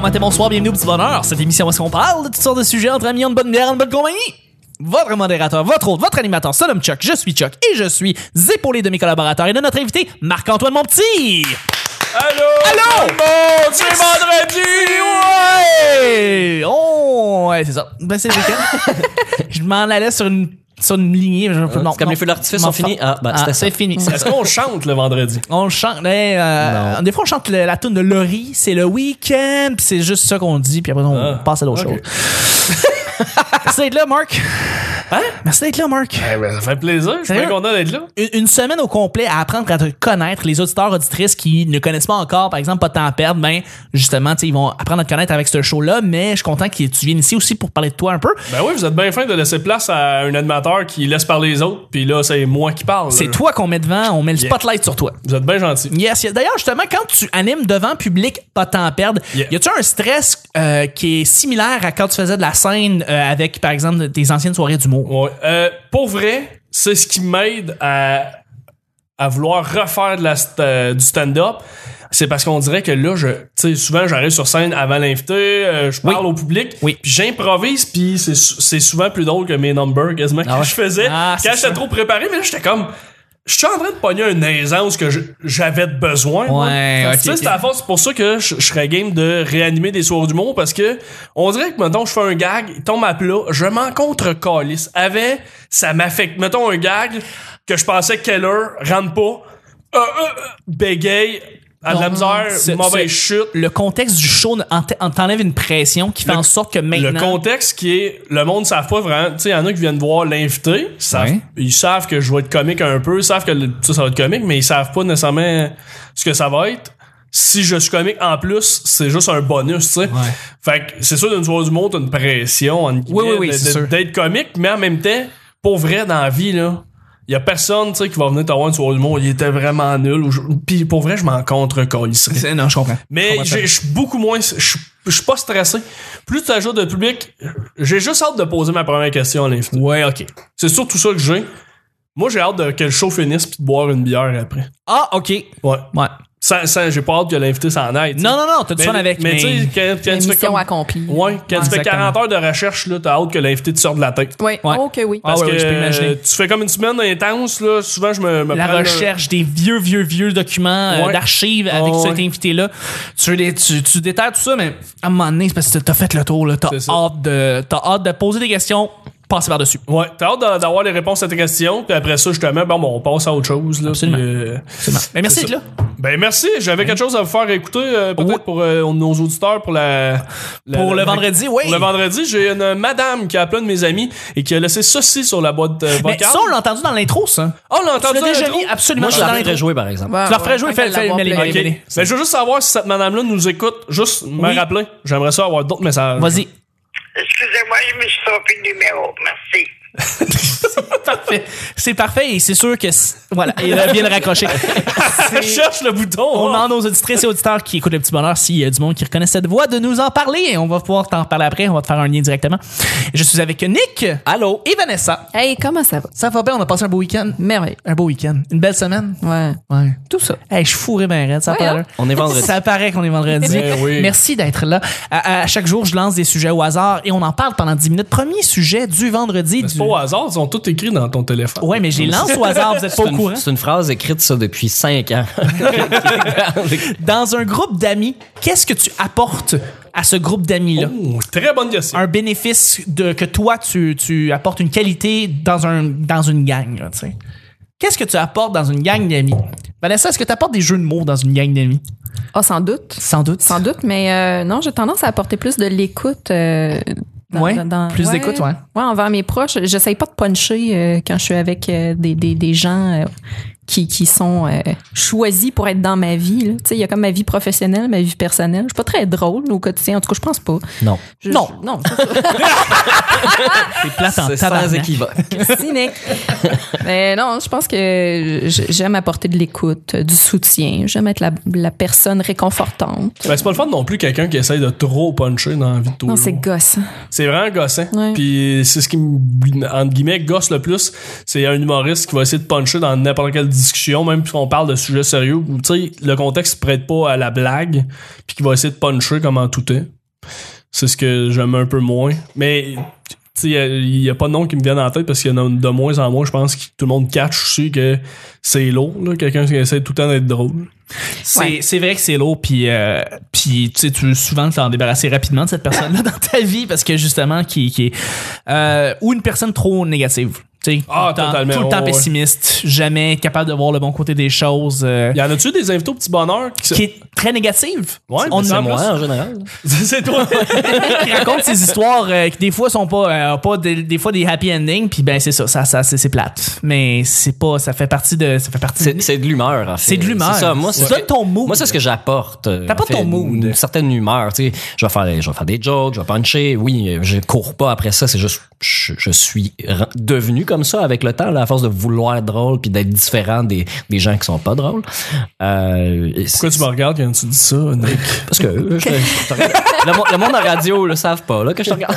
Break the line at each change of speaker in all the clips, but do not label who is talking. matin, bonsoir, bienvenue au petit bonheur. Cette émission où est-ce qu'on parle de toutes sortes de sujets entre amis, en bonne bière, en bonne compagnie. Votre modérateur, votre hôte, votre animateur, son nom Chuck, je suis Chuck et je suis épaulé de mes collaborateurs et de notre invité, Marc-Antoine Monpetit.
Allô!
Allô!
tout le
Oh,
monde, C'est vendredi!
Hey! Oh! Ouais, c'est ça. Ben, c'est le week-end. je m'en allais sur une, sur une lignée. Je- non,
Euh, comme
non.
les feux d'artifice sont
M'en-
finis. Ah, ben, c'était ça.
C'est fini.
Ouais! Est-ce qu'on chante le vendredi?
On chante, mais, euh, des fois on chante le- la tune de Laurie, c'est le week-end, puis c'est juste ça qu'on dit, puis après on
Ah,
passe à d'autres
ok.
choses. Merci d'être là, Marc. Hein? Merci d'être là, Marc.
Eh ben, ça fait plaisir. Je suis
Sérieux?
bien content d'être là.
Une, une semaine au complet à apprendre à te connaître. Les auditeurs, auditrices qui ne connaissent pas encore, par exemple, pas de temps à perdre, ben justement, tu sais, ils vont apprendre à te connaître avec ce show-là, mais je suis content que tu viennes ici aussi pour parler de toi un peu.
Ben oui, vous êtes bien fin de laisser place à un animateur qui laisse parler les autres, puis là, c'est moi qui parle.
C'est
là.
toi qu'on met devant, on met le spotlight sur toi.
Vous êtes bien gentil.
Yes, yes. D'ailleurs, justement, quand tu animes devant public, pas de temps à perdre,
Yeah.
y a-tu un stress euh, qui est similaire à quand tu faisais de la scène euh, avec, par exemple, tes anciennes soirées d'humour?
Ouais. Euh, pour vrai, c'est ce qui m'aide à, à vouloir refaire de la, st- euh, du stand-up. C'est parce qu'on dirait que là, je, tu sais, souvent, j'arrive sur scène avant l'invité, euh, je parle
Oui.
au public,
Oui.
puis j'improvise, puis c'est sou- c'est souvent plus drôle que mes numbers quasiment que
ouais.
je faisais.
Ah, c'est
quand j'étais
ça.
trop préparé, mais là, j'étais comme, je suis en train de pogner une aisance que je- j'avais de besoin. moi.
Ouais,
Tu sais,
ok,
c'est à la force, c'est pour ça que je, je serais game de réanimer des soirs du monde parce que on dirait que mettons je fais un gag, il tombe à plat, je m'en contre calice. Avec, ça m'affecte. Mettons un gag que je pensais que Keller rentre pas, euh, euh, euh, bégaye, à de la
Non,
misère,
c'est- c'est-
mauvaise chute.
Le contexte du show en- en- t'enlève une pression qui fait en sorte que maintenant...
Le contexte qui est le monde savent pas vraiment, tu sais il y en a qui viennent voir l'invité, ils savent,
Ouais.
ils savent que je vais être comique un peu, ils savent que le- ça, ça va être comique mais ils savent pas nécessairement ce que ça va être. Si je suis comique en plus, c'est juste un bonus, tu sais. Fait que c'est sûr d'une soirée du monde, t'as une pression en
Oui, oui, oui, c'est sûr.
d'être comique mais en même temps, pour vrai dans la vie là, il y a personne, tu sais, qui va venir t'avoir une soirée du monde, il était vraiment nul ou je- puis pour vrai, je m'en contre colisserais.
C'est- Non, je comprends.
Mais
Comment ça?
j'ai- je suis beaucoup moins. Je suis- je suis pas stressé. Plus tu ajoutes de public, j'ai juste hâte de poser ma première question à l'invité.
Ouais, OK.
C'est surtout ça que j'ai. Moi, j'ai hâte de, que le show finisse puis de boire une bière après.
Ah, OK.
Ouais.
Ouais.
Sans, sans- j'ai pas hâte que l'invité s'en aille. tu sais.
Non, non, non, t'as du
Mais-
fun avec.
Mais, tu sais, quand, quand tu fais
Mission
comme-
accomplie.
Ouais, quand tu fais
Exactement.
40 heures de recherche, là, t'as hâte que l'invité te sorte de la tête.
Ouais.
Ouais.
Oh que oui.
Ah,
Parce
ouais,
que
ouais, je peux imaginer.
euh, tu fais comme une semaine intense, là. Souvent, je me, me
la
prends le-
recherche des vieux, vieux, vieux documents euh,
Ouais.
d'archives avec
Ah,
cet
ouais.
invité-là. Tu, les- tu, tu déterres tout ça, mais à un moment donné, c'est parce que t'as fait le tour. là. T'as
C'est ça.
hâte, de- t'as hâte de poser des questions, passer par-dessus.
Ouais, t'as hâte d'a- d'avoir les réponses à tes questions, puis après ça, justement, bon, bon on passe à autre chose. Là,
Absolument.
puis, euh,
Mais merci
C'est
d'être là.
Ben merci, j'avais quelque chose à vous faire écouter euh, peut-être
Oui.
pour euh, nos auditeurs pour la, la-
Pour le
la-
vendredi, oui.
Pour le vendredi, j'ai une madame qui a appelé un de mes amis et qui a laissé ceci sur la boîte euh,
Mais
vocale.
ça, on l'a entendu dans l'intro, ça.
oh, on l'a
Tu
entendu
l'as
dans
déjà
l'intro?
mis, absolument.
Moi, je
dans
l'aurais
l'intro.
rejoué, par exemple.
Tu l'as refait jouer, fais- fais- mets les-
OK.
mets les-
Ben, je veux juste savoir si cette madame-là nous écoute. Juste me
Oui.
rappeler. J'aimerais ça avoir d'autres messages.
Vas-y.
Excusez-moi, je me suis trompé de numéro. Merci.
Parfait. C'est parfait et c'est sûr que. si- Voilà, et là, viens le raccrocher.
Cherche le bouton.
On
hein.
demande aux auditrices et auditeurs qui écoutent le petit bonheur s'il y a du monde qui reconnaît cette voix de nous en parler et on va pouvoir t'en parler après. On va te faire un lien directement. Je suis avec Nick.
Allô?
Et Vanessa.
Hey, comment ça va?
Ça va bien, on a passé un beau week-end.
Merveille.
Un beau week-end. Une belle semaine.
Ouais.
Ouais.
Tout ça.
Hey, je suis fourré ben raide, ça
Ouais,
paraît.
hein?
On est vendredi.
Ça paraît qu'on est vendredi.
Eh oui.
Merci d'être là. À, à chaque jour, je lance des sujets au hasard et on en parle pendant 10 minutes. Premier sujet du vendredi.
C'est
Du...
pas au hasard, ils ont tout écrit dans ton téléphone.
Ouais, mais je les lance au hasard, vous êtes pas
C'est
au courant.
une, c'est une phrase écrite, ça, depuis 5 ans.
Dans un groupe d'amis, qu'est-ce que tu apportes à ce groupe d'amis-là?
Oh, très bonne question.
Un bénéfice de que toi, tu, tu apportes une qualité dans, un, dans une gang, là, tu sais. Qu'est-ce que tu apportes dans une gang d'amis? Vanessa, est-ce que tu apportes des jeux de mots dans une gang d'amis?
Ah, sans doute.
Sans doute.
Sans doute, mais euh, non, j'ai tendance à apporter plus de l'écoute. euh, dans-
Ouais,
dans- dans-
plus d'écoute, ouais.
Ouais, envers mes proches. J'essaye pas de puncher euh, quand je suis avec euh, des, des, des gens euh, qui, qui sont euh, choisis pour être dans ma vie. là. Tu sais, Il y a comme ma vie professionnelle, ma vie personnelle. Je suis pas très drôle au quotidien. En tout cas, je pense pas.
Non.
Je-
Non.
je- non.
C'est plate en
C'est sans
tabarnak.
équivoque.
Cynique. Mais non, je pense que j- j'aime apporter de l'écoute, du soutien. J'aime être la, la personne réconfortante.
Ben, c'est pas le fun non plus quelqu'un qui essaye de trop puncher dans la vie de tous
Non,
les
c'est
jours.
gosse.
C'est vraiment gossant.
Ouais.
Puis c'est ce qui me, entre guillemets, gosse le plus. C'est un humoriste qui va essayer de puncher dans n'importe quelle discussion, même si on parle de sujets sérieux, où tu sais, le contexte prête pas à la blague, puis qu'il va essayer de puncher comme en tout est. C'est ce que j'aime un peu moins. Mais tu sais, il n'y a, pas de nom qui me viennent en tête parce qu'il y en a de moins en moins, je pense que tout le monde catch aussi que c'est lourd, là, quelqu'un qui essaie tout le temps d'être drôle.
C'est
Ouais.
c'est vrai que c'est lourd, puis euh, puis tu sais, tu veux souvent t'en débarrasser rapidement de cette personne-là dans ta vie parce que justement, qui qui est euh, ou une personne trop négative. Tu sais,
Ah,
tout le temps-
totalement,
tout le temps
ouais, ouais.
pessimiste, jamais capable de voir le bon côté des choses, euh,
Y en a-tu des invités au petit bonheur qui, se-
qui est très négative.
Ouais,
On en
mais c'est
a
moi.
plus.
Ouais, en général.
c'est toi?
qui raconte ces histoires euh, qui des fois sont pas euh, pas des, des fois des happy endings puis ben c'est ça ça, ça c'est c'est plate mais c'est pas ça fait partie de ça fait partie
C'est
de-
c'est de l'humeur, en fait.
C'est de l'humeur.
C'est ça, moi, c'est
Ça, ton mood.
Moi, c'est ce que j'apporte. euh,
T'apportes
en fait,
ton mood.
Une certaine humeur, tu sais. Je vais faire, je vais faire des jokes, je vais puncher. Oui, euh, je cours pas après ça. C'est juste, je, je suis re- devenu comme ça avec le temps, là, à force de vouloir être drôle puis d'être différent des, des gens qui sont pas drôles. Euh, et c'est-
Pourquoi tu me regardes quand tu dis ça, Nick?
parce que euh, je- je te regarde. le, mo- le monde en radio le savent pas là que je te regarde.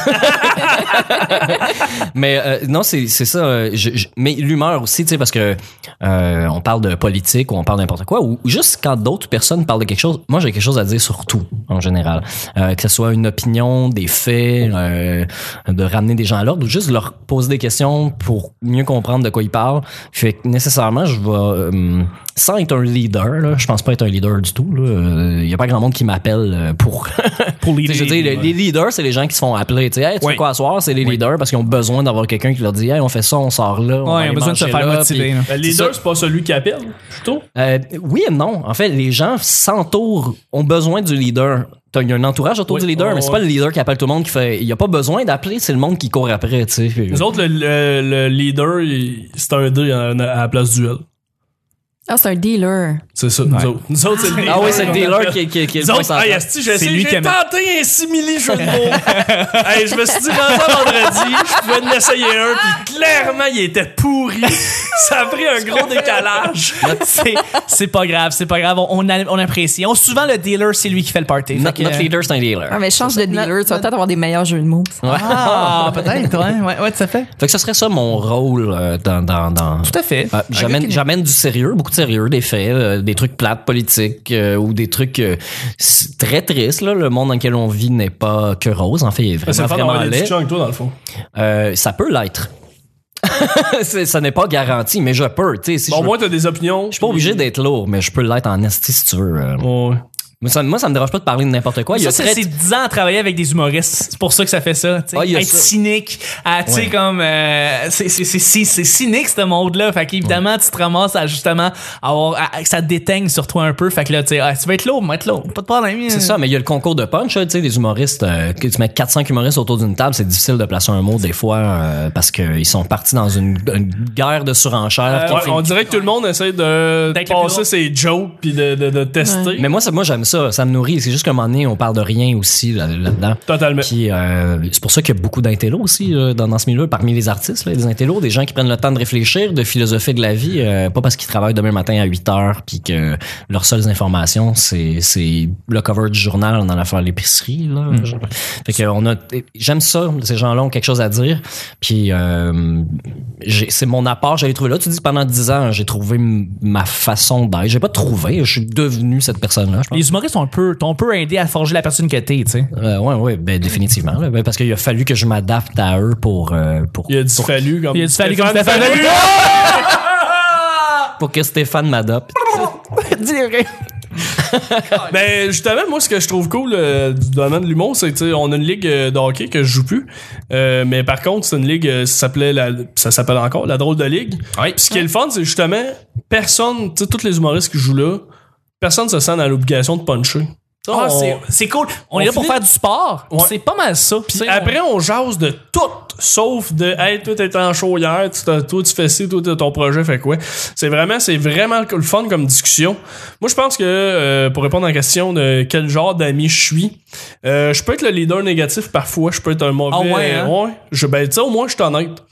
mais euh, non, c'est c'est ça. euh, je- je- mais l'humeur aussi, tu sais, parce que euh, on parle de politique ou on parle n'importe quoi, ou juste quand d'autres personnes parlent de quelque chose, moi j'ai quelque chose à dire sur tout en général, Euh, que ce soit une opinion, des faits, euh, de ramener des gens à l'ordre, ou juste leur poser des questions pour mieux comprendre de quoi ils parlent. Fait que nécessairement, je vais euh, sans être un leader, là, je pense pas être un leader du tout. Il y a pas grand monde qui m'appelle euh, pour
pour
Tu sais, je veux dire, les, les leaders, c'est les gens qui se font appeler. Tu sais, Hey, tu
Oui.
fais quoi à soir? C'est les leaders parce qu'ils ont besoin d'avoir quelqu'un qui leur dit, hey, on fait ça, on sort là.
Ouais,
on va
ils ont
aller
besoin de se
manger
faire
là,
motiver,
puis-
là.
Ben, Le leader, c'est pas celui qui appelle, plutôt.
Euh, oui et non. En fait, les gens s'entourent, ont besoin du leader. T'as- Il y a un entourage autour
Oui.
du leader,
Oh,
mais c'est
ouais.
pas le leader qui appelle tout le monde qui fait. Il n'y a pas besoin d'appeler, c'est le monde qui court après, tu sais. Puis-
Nous autres, le, le- le leader, il- c'est un dé euh, à à la place du L.
Ah, c'est un dealer.
C'est ça, nous autres. Nous autres, c'est le dealer.
Ah oui, c'est le dealer qui, qui, qui est
Nous
le point
autres,
central.
hey, esti, j'ai
C'est
essayé,
lui qui
j'ai
aime-
tenté un simili jeu de mots. hey, je me suis dit, rendu à vendredi, je pouvais en essayer un, puis clairement, il était pourri. Ça a pris un gros décalage.
c'est c'est pas grave c'est pas grave on, on, a- on apprécie on souvent le dealer c'est lui qui fait le party Fait
Notre,
que-
notre leader, c'est un dealer.
Ah, mais change de dealer, tu vas peut-être avoir des meilleurs jeux de mots.
ah peut-être ouais ouais ouais tout à fait
Fait que ce serait ça mon rôle euh, dans. dans, dans...
tout à fait Un
Euh,
gars
J'amène
qui-
j'amène du sérieux, beaucoup de sérieux, des faits, euh, des trucs plates politiques euh, ou des trucs euh, s- très tristes. Là. Le monde dans lequel on vit n'est pas que rose. En fait, il est
C'est
vraiment,
le fun
vraiment
d'avoir des
laid.
discussions avec toi, dans le fond.
Euh, ça peut l'être. C'est- ça n'est pas garanti, mais je peux. tu sais, Si
Bon,
je,
au
veux-
moins, t'as des opinions.
je suis pas obligé d'être lourd, mais je peux l'être en esti si tu veux. euh.
Ouais.
Moi, ça, moi, ça me dérange pas de parler de n'importe quoi. Il y
Ça,
a
c'est
très-
c'est 10 ans à travailler avec des humoristes. C'est pour ça que ça fait ça. tu sais.
Ah, il y a
être
ça.
cynique. à, tu sais,
Ouais.
comme. euh, c'est- c'est- c'est c'est- c'est cynique, ce monde-là. Fait qu'évidemment, tu te ramasses à justement avoir. à- à- que ça te déteigne sur toi un peu. Fait que là, tu sais, ah, tu vas être lourd, moi, être lourd. Pas de problème.
Hum.
C'est ça, mais il y a le concours de punch, hein, tu sais, des humoristes, euh, que tu mets 400 humoristes autour d'une table, c'est difficile de placer un mot des fois euh, parce qu'ils sont partis dans une, une guerre de surenchères. qui
Euh, Ouais,
finit-
on dirait que tout le monde essaie de
D'être le plus
passer
drôle.
ses jokes puis de, de, de tester.
Mais moi, ça- moi j'aime ça, ça me nourrit. C'est juste qu'à un moment donné, on parle de rien aussi là- là-dedans.
Totalement.
Puis euh, c'est pour ça qu'il y a beaucoup d'intellos aussi euh, dans, dans ce milieu, parmi les artistes, là, des intellos, des gens qui prennent le temps de réfléchir, de philosopher de la vie, euh, pas parce qu'ils travaillent demain matin à 8 heures, puis que leurs seules informations, c'est, c'est le cover du journal dans l'affaire l'épicerie. Là. Fait que on a, j'aime ça, ces gens-là ont quelque chose à dire. Puis euh, j'ai- c'est mon apport, j'avais trouvé là. Tu dis pendant 10 ans, j'ai trouvé m- ma façon d'être. J'ai pas trouvé, je suis devenu cette personne-là, je pense.
Les humoristes ont un peu, t'ont un peu aidé à forger la personne que t'es, tu sais.
Euh, ouais, ouais, ben, définitivement. là. Ben, parce qu'il a fallu que je m'adapte à eux pour, euh, pour,
Il a du fallu comme.
Il y a du fallu comme
Stéphane
Stéphane
Fallu.
pour que Stéphane m'adopte.
Ben justement, moi ce que je trouve cool euh, du domaine de l'humour, c'est tu sais, on a une ligue euh, de hockey que je joue plus. Euh, mais par contre, c'est une ligue euh, ça s'appelait la ça s'appelle encore la drôle de ligue. Puis ce qui est le fun, c'est justement personne, tu sais tous les humoristes qui jouent là, personne se sent dans l'obligation de puncher. Tu sais,
Ah,
on-
c'est- C'est cool. On,
on
est là pour
finit-
faire du sport.
Ouais.
C'est pas mal ça. tu sais, on-
Après, on jase de tout, sauf de Hey, toi, t'es en show hier, tu t'as- toi, tu fais ci, toi, t'as ton projet, fait quoi. C'est vraiment, c'est vraiment le fun comme discussion. Moi, je pense que euh, pour répondre à la question de quel genre d'ami je suis, euh, je peux être le leader négatif parfois, je peux être un mauvais.
Ah ouais, hein?
Je, ben, tu sais, au moins, je suis honnête.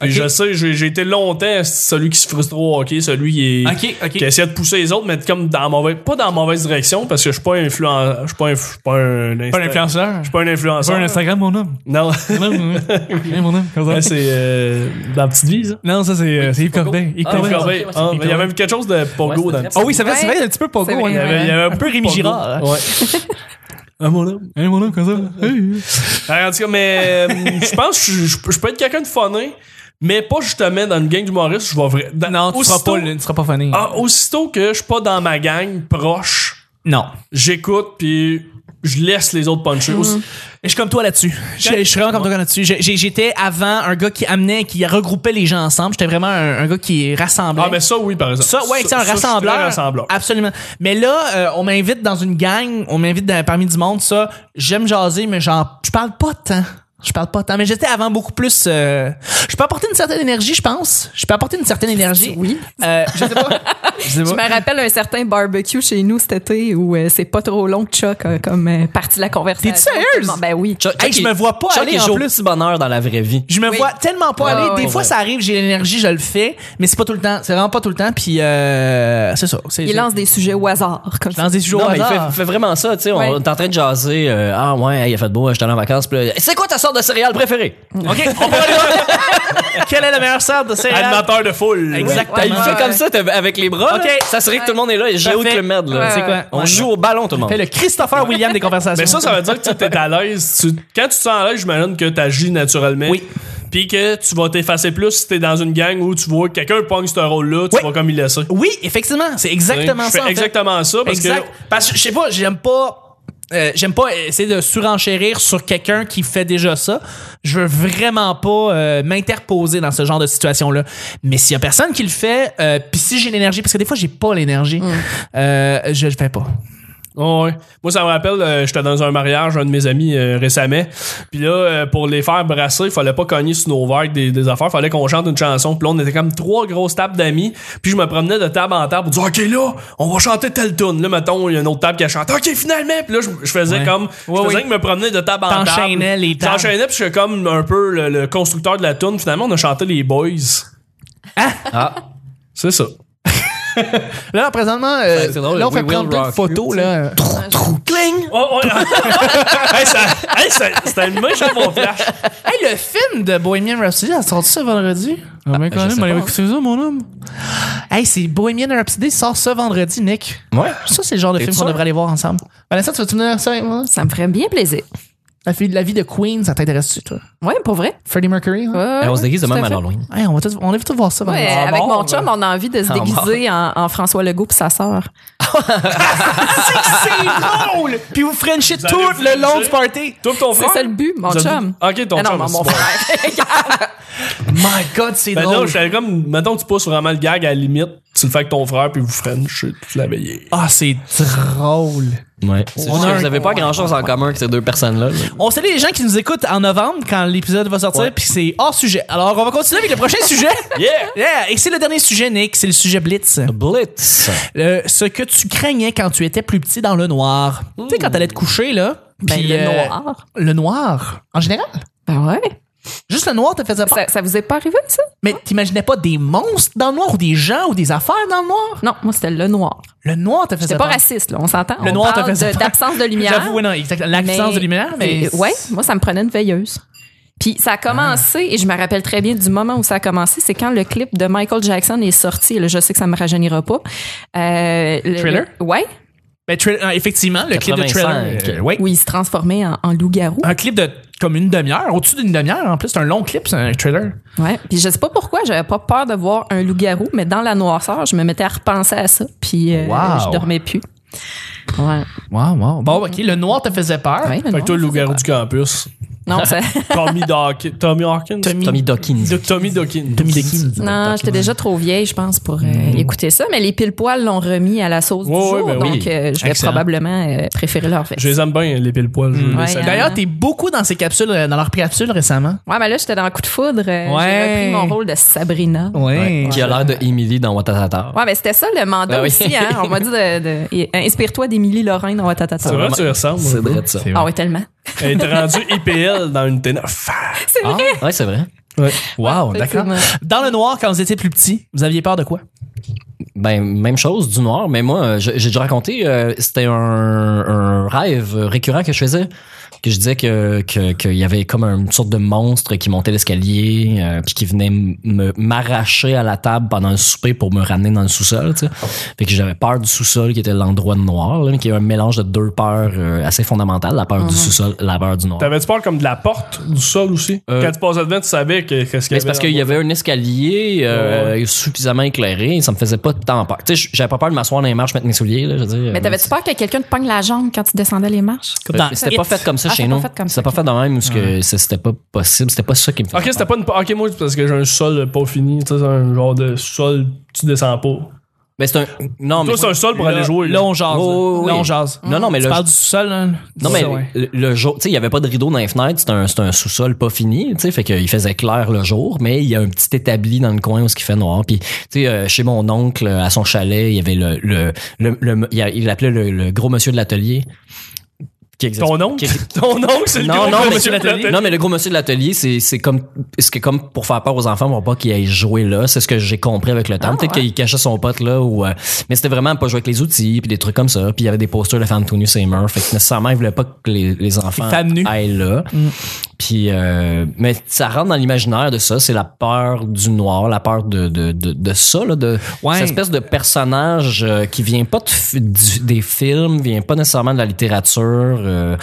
Puis
Ok.
je sais, j'ai j'ai été longtemps celui qui se frustre au hockey, celui qui, est-
Ok, ok.
qui essaie de pousser les autres, mais comme dans la mauvaise, pas dans la mauvaise direction, parce que je suis pas influent, je suis pas, un- je suis pas un,
Pas d'influenceur.
Je suis pas un influenceur.
Pas un Instagram, mon homme.
Non,
Mon homme, hein. mon homme, comme ça.
Ouais, c'est euh, dans Petite Vie, ça.
Non, ça, c'est euh, c'est Yves Corbeil. Yves
Ah,
Corbeil.
Yves
Corbeil.
ouais, c'est
Ah,
Yves
il y avait quelque chose de pogo
Ouais,
dans
c'est
le petit-
Ah oui, ça fait, ça
Ouais.
fait un petit peu Pogo.
C'est vrai,
Il y avait,
ouais.
il y avait un peu Rémi
Pogo.
Girard. hein.
Ouais. Un mon homme.
Hey, hein. Ah, mon homme, comme ça. Hey.
Alors, Ah en tout cas, mais euh, je pense que je, je peux- je peux être quelqu'un de funny, mais pas justement dans une gang d'humoristes. Je vais vrai. dans-
Non, tu seras,
aussitôt-
pas, le- tu seras pas funny.
Ah, aussitôt que je suis pas dans ma gang proche,
Non.
j'écoute puis je laisse les autres puncher. Aussi-
Je suis comme toi là-dessus. Je, je suis vraiment comme toi là-dessus. J'ai- j'ai- J'étais avant un gars qui amenait, qui regroupait les gens ensemble. J'étais vraiment un, un gars qui rassemblait.
Ah, mais ça, oui, par exemple.
Ça, ouais, c'est un
je suis très
rassembleur.
rassembleur.
Absolument. Mais là, euh, on m'invite dans une gang, on m'invite dans- parmi du monde, ça. J'aime jaser, mais genre, je parle pas tant. Je parle pas tant. Mais j'étais avant beaucoup plus. euh, je peux apporter une certaine énergie, je pense. Je peux apporter une certaine énergie.
Oui.
Euh, je sais pas. Je sais
Je
pas.
me rappelle un certain barbecue chez nous cet été où euh, c'est pas trop long que Chuck a comme euh, partie de la conversation.
T'es-tu sérieuse?
Ben oui.
Chuck-
Hey,
Chuck,
je
il-
me vois pas
Chuck,
aller
il
en
joue au
plus.
petit bonheur dans la vraie vie.
Je me
Oui.
vois tellement pas
Ouais,
aller. Des
ouais,
fois,
ouais.
ça arrive, j'ai l'énergie, je le fais, mais c'est pas tout le temps. C'est vraiment pas tout le temps. Puis, euh, c'est ça. C'est-
Il lance des sujets au hasard. Comme
je lance des sujets au
Non, mais il fait,
hasard.
il fait vraiment ça, tu sais.
Ouais.
On est en train de jaser. euh, ah ouais, hey, il a fait beau, je suis allé en vacances. Puis là, c'est quoi ta sorte de céréale préférée?
OK, on peut aller voir. Quelle est la meilleure sorte de céréales?
Animateur de foule.
Exact.
Ah, il
Ouais,
fait
ouais.
comme ça t'as- avec les bras.
Ok.
là. S'assurer que tout le monde est là. Et j'ai
Parfait.
autre le med, là.
Ouais,
C'est quoi?
On
Ouais.
joue au ballon, tout le monde.
Fait le Christopher William des conversations.
Mais ça, ça veut dire que tu t'es à l'aise. Tu- Quand tu te sens à l'aise, j'imagine que t'agis naturellement.
Oui.
Puis que tu vas t'effacer plus si t'es dans une gang où tu vois que quelqu'un pogne ce rôle-là, tu
Oui.
vas comme il laisser.
Oui, effectivement, c'est exactement ça.
Je fais
en fait.
exactement ça parce
Exact.
que.
Parce que je sais pas, j'aime pas. euh, j'aime pas essayer de surenchérir sur quelqu'un qui fait déjà ça. Je veux vraiment pas euh, m'interposer dans ce genre de situation-là. Mais s'il y a personne qui le fait, euh, puis si j'ai l'énergie, parce que des fois j'ai pas l'énergie,
Mm.
euh, je le fais pas.
Oh, ouais. Moi, ça me rappelle, euh, j'étais dans un mariage, un de mes amis euh, récemment. Puis là, euh, pour les faire brasser, il fallait pas cogner sur nos verres avec des, des affaires, fallait qu'on chante une chanson. Puis là, on était comme trois grosses tables d'amis. Puis je me promenais de table en table pour dire, OK, là, on va chanter telle tune. Là, mettons, il y a une autre table qui a chanté. OK, finalement. Puis là, je, je faisais
Ouais.
comme. Je
Ouais,
faisais
oui.
que me promener de table en table.
T'enchaînais les tables.
J'enchaînais, puis je suis comme un peu le, le constructeur de la tune. Finalement, on a chanté les boys.
Ah.
C'est ça.
Là, présentement, euh,
Ouais, c'est drôle,
là, on
We
fait
Will
prendre plein de
Rock
photos. Là.
Oh, oh, hey, ça, hey, ça, c'était une méchante mon flash.
Hey, le film de Bohemian Rhapsody, a sorti ça vendredi?
Ah, ben, quand
je
même,
sais
allez
pas.
écouter ça, mon homme.
Hey, c'est Bohemian Rhapsody sort ce vendredi, Nick.
Ouais.
Ça, c'est le genre de film
sûr?
qu'on devrait aller voir ensemble. Vanessa, tu vas-tu venir ça avec moi?
Ça me ferait bien plaisir.
La, fille- la vie de Queen, ça t'intéresse-tu, toi?
Ouais, pour vrai.
Freddie Mercury? hein?
Ouais,
Eh, on se déguise de
tout à
même à
fait. Ah
l'Halloween.
Hey, on, va tous- on a vu tout voir ça.
Ouais,
Vanessa.
avec
mort,
mon chum, on a envie de se
En
déguiser en, en François Legault pis sa sœur.
C'est drôle! Puis vous Frenchez tout
allez Ah, vous
le long
frencher?
du party.
Toi, pis ton frère.
C'est ça le but, mon
Vous avez-
chum.
Ok, ton
Ah non,
chum,
mon-
c'est
mon
bon.
frère.
My God, c'est
Ben non,
drôle.
j'étais comme, mettons, tu pousses vraiment le gag à la limite, tu le fais avec ton frère, puis vous French, tu la veillée.
Ah, c'est drôle.
Ouais. C'est
On
juste
a
que
un-
vous avez pas grand chose en commun que ces deux personnes-là. là.
On salue les gens qui nous écoutent en novembre quand l'épisode va sortir, puis c'est hors sujet. Alors, on va continuer avec le prochain sujet.
Yeah!
Yeah! Et c'est le dernier sujet, Nick. C'est le sujet Blitz.
Blitz.
Le- ce que tu craignais quand tu étais plus petit dans le noir. Tu sais, quand t'allais te coucher, là.
Ben,
puis,
le
euh,
noir.
Le noir, en général.
Ben ouais.
Juste le noir te faisait peur.
Ça, ça vous est pas arrivé, ça?
Mais t'imaginais pas des monstres dans le noir ou des gens ou des affaires dans le noir?
Non, moi, c'était le noir.
Le noir te faisait
J'étais pas
peur.
raciste, là, on s'entend.
Le
On
noir
parle
te faisait
de-
peur.
d'absence de lumière.
J'avoue, oui, non, exactement. L'absence
Mais-
de lumière, mais. Ah.
euh, Ouais, moi, ça me prenait une veilleuse. Puis ça a commencé, et je me rappelle très bien du moment où ça a commencé, c'est quand le clip de Michael Jackson est sorti. Là, je sais que ça me rajeunira pas. Euh, le-
Thriller?
le- ouais,
Ben, Thrill- euh, effectivement, le clip de
85,
Thriller.
euh,
oui.
où il se transformait en, en loup-garou.
Un clip de comme une demi-heure, au-dessus d'une demi-heure en plus. C'est un long clip, c'est un trailer.
Ouais. Puis je sais pas pourquoi, j'avais pas peur de voir un loup-garou, mais dans la noirceur, je me mettais à repenser à ça, puis euh,
Wow.
je dormais plus. Ouais.
Wow, wow. Bon, ok, le noir te faisait peur.
Ouais, le
Fait
noir,
que toi, le
ça,
loup-garou du campus.
c'est- Non, ça-
Tommy Dawkins. Tommy Hawkins?
Tommy Dawkins.
Do- Tommy Dawkins.
non, j'étais déjà trop vieille, je pense, pour euh, écouter ça. Mais les pile poils l'ont remis à la sauce
Mm-hmm. Ouais,
du
ouais,
jour,
ben oui.
donc euh, je vais
Excellent.
probablement euh, préférer leur veste.
Je les aime bien, les pile-poils.
Mm.
je les
Ouais,
salue.
hein.
D'ailleurs, t'es beaucoup dans ces capsules, euh, dans leurs capsules récemment.
Ouais, mais là, j'étais dans Coup de foudre. euh,
Ouais.
J'ai repris mon rôle de Sabrina. Ouais,
Ouais.
Qui a l'air de Emily dans Watatata.
mais c'était ça le mandat
Ben
Ah oui.
aussi. Hein? On m'a dit de, de- et- inspire-toi d'Émilie Lorraine dans Watatata.
C'est vrai que tu ressembles.
C'est vrai, ça.
Ah oui, tellement.
Elle est rendue IPL dans une T9.
C'est
Ah,
vrai.
ouais, c'est vrai.
Wow, d'accord.
Effectivement.
Ben
Dans le noir, quand vous étiez plus petit, vous aviez peur de quoi?
Ben, même chose, du noir, mais moi, euh, je- j'ai déjà raconté, euh, c'était un, un rêve récurrent que je faisais, que je disais que que- qu'il y avait comme une sorte de monstre qui montait l'escalier, euh, puis qui venait m- me m'arracher à la table pendant le souper pour me ramener dans le sous-sol, tu sais. Fait que j'avais peur du sous-sol, qui était l'endroit noir, là, mais qui est un mélange de deux peurs euh, assez fondamentales, la peur
Mm-hmm.
du sous-sol, la peur du noir.
T'avais-tu peur comme de la porte, du sol aussi?
Euh,
Quand tu passais devant, tu savais que, qu'est-ce qu'il
Mais c'est parce qu'il y avait un escalier euh, suffisamment éclairé, ça me faisait pas tant peur. Tu sais, j'avais pas peur de m'asseoir dans les marches, mettre mes souliers, là, je veux dire.
Mais t'avais-tu peur que quelqu'un te pogne la jambe quand tu descendais les marches?
Comme dans
Mais C'était pas
It.
fait comme ça
Ah,
chez
c'était pas
nous.
fait comme ça,
C'était pas
ok.
fait de même parce que c'est- c'était pas possible. C'était pas ça qui me faisait.
Ok, c'était pas une. Ok, moi, c'est parce que j'ai un sol pas fini. Tu sais, c'est un genre de sol, tu descends pas.
Mais c'est un. Non, mais.
Toi, c'est un sol pour aller jouer.
Là, on jase.
Oh, Oui, oui,
Là,
oui.
on jase.
Non, non, mais
Tu
le-
parles du sol, hein? là?
Non, mais
Ça, ouais.
le, le jour, tu sais, il y avait pas de rideau dans les fenêtres, c'était un, c'était un sous-sol pas fini, tu sais, fait qu'il faisait clair le jour, mais il y a un petit établi dans le coin où ce qui fait noir. Puis, tu sais, euh, chez mon oncle, euh, à son chalet, il y avait le, le, le, le- il y a- il l'appelait le, le gros monsieur de l'atelier. Qui existe-
Ton oncle?
qui-
Ton oncle, c'est le
non,
gros
non,
gars,
mais,
monsieur de l'atelier.
non, mais le gros monsieur de l'atelier, c'est, c'est comme, ce que comme pour faire peur aux enfants, pour pas qu'ils aillent jouer là. C'est ce que j'ai compris avec le temps. Peut-être qu'il cachait son pote là ou, euh, mais c'était vraiment pas jouer avec les outils puis des trucs comme ça. Puis il y avait des posters de femmes tout nues, c'est murs. Fait que nécessairement, il voulait pas que les, les enfants
femmes nues.
aillent là. Puis, euh, mais ça rentre dans l'imaginaire de ça. C'est la peur du noir, la peur de, de, de, de ça, là, de
Ouais.
cette espèce de personnage euh, qui vient pas de fi- du- des films, vient pas nécessairement de la littérature. euh,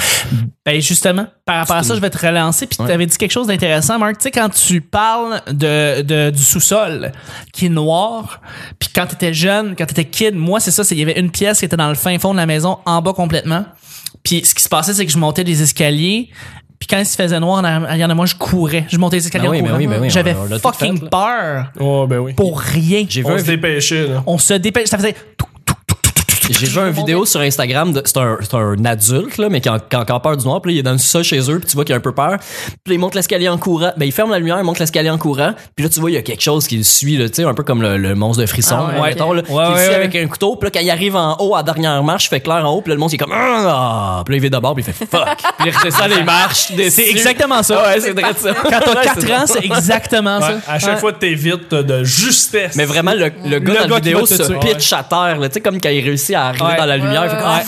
Ben justement, par rapport à ça, je vais te relancer. Puis tu avais dit quelque chose d'intéressant, Marc. Tu sais, quand tu parles de, de- du sous-sol qui est noir, puis quand t'étais jeune, quand t'étais kid, moi, c'est ça, c'est- il y avait une pièce qui était dans le fin fond de la maison, en bas complètement. Puis ce qui se passait, c'est que je montais des escaliers. Puis quand il se faisait noir, en arrière de moi, je courais. Je montais les escaliers
Ben oui,
en
ben
courant.
oui, ben oui,
J'avais
on l'a tout
fucking
fait, là.
peur
Oh, ben oui.
pour rien.
J'ai vu
On
un
se dépêchait, là.
On se dépêche. Ça faisait... tout, tout, tout, tout, tout, tout,
J'ai vu une vidéo sur Instagram, de- c'est un, c'est un adulte, là, mais qui a, qui a encore peur du noir, puis là, il est dans le sol chez eux, puis tu vois qu'il a un peu peur, puis là, il monte l'escalier en courant, ben il ferme la lumière, il monte l'escalier en courant, puis là, tu vois, il y a quelque chose qui le suit, là, tu sais, un peu comme le, le monstre de frisson,
Ah ouais,
là,
ok.
mettons, là, qui le
ouais,
suit
ouais.
avec un couteau, puis là, quand il arrive en haut, à dernière marche, il fait clair en haut, puis là, le monstre, il est comme, ah, puis là, il vient d'abord, puis il fait fuck, puis il redescend les marches,
C'est exactement ça.
Ouais, c'est vrai ça.
Ah Quand t'as 4 ans, c'est exactement
Ouais,
ça.
à chaque
Ouais.
fois, t'évites de justesse.
Mais vraiment, le, le gars dans
gars
la
qui va
vidéo
te
se
tuer.
pitch à terre, là, tu sais, comme quand il réussit à arriver
Ouais.
dans la lumière, il fait comme, ah,
Ouais.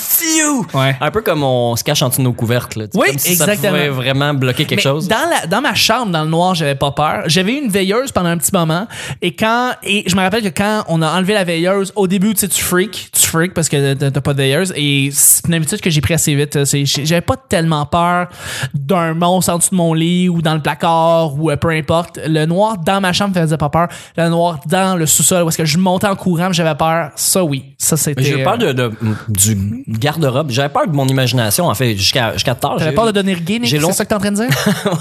phew!
Ouais.
Un peu comme on se cache en dessous de nos couvertes, là, tu sais,
Oui,
comme si
exactement.
Ça pouvait vraiment bloquer quelque
Mais
chose.
Dans, la, dans ma chambre, dans le noir, j'avais pas peur. J'avais une veilleuse pendant un petit moment. Et quand et je me rappelle que quand on a enlevé la veilleuse, au début, tu sais, tu freak. Tu freak parce que t'as t'as pas de veilleuse. Et c'est une habitude que j'ai pris assez vite. C'est- J'avais pas tellement peur d'un monstre en dessous de mon lit ou dans le placard ou euh, peu importe. Le noir dans ma chambre faisait pas peur. Le noir dans le sous-sol, où est-ce que je montais en courant, mais j'avais peur. Ça, oui. Ça, c'était.
Mais J'ai eu
euh,
peur de, de- du garde-robe. J'avais peur de mon imagination, en fait, jusqu'à jusqu'à tard.
T'avais
j'ai-
peur de devenir gay, Nick?
J'ai
C'est
long-
ça que t'es en train de dire?